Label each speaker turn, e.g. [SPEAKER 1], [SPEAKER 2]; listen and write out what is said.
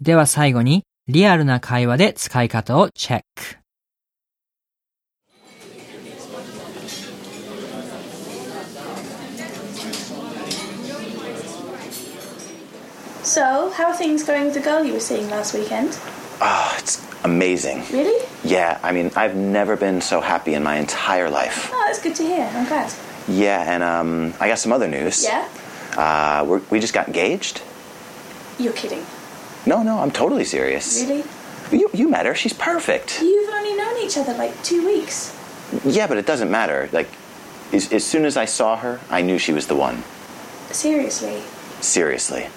[SPEAKER 1] では最後に、リアルな会話で使い方をチェック。
[SPEAKER 2] So, how are things going with the girl you were seeing last weekend?
[SPEAKER 3] Ah, it's amazing.
[SPEAKER 2] Really?
[SPEAKER 3] Yeah, I mean, I've never been so happy in my entire life.
[SPEAKER 2] Oh, that's good to hear. I'm glad.
[SPEAKER 3] Yeah, and um, I got some other news.
[SPEAKER 2] Yeah?
[SPEAKER 3] Uh, we're, we just got engaged.
[SPEAKER 2] You're kidding.
[SPEAKER 3] No, no, I'm totally serious.
[SPEAKER 2] Really?
[SPEAKER 3] You, you met her. She's perfect.
[SPEAKER 2] You've only known each other like two weeks.
[SPEAKER 3] Yeah, but it doesn't matter. Like, as, as soon as I saw her, I knew she was the one.
[SPEAKER 2] Seriously.
[SPEAKER 3] Seriously.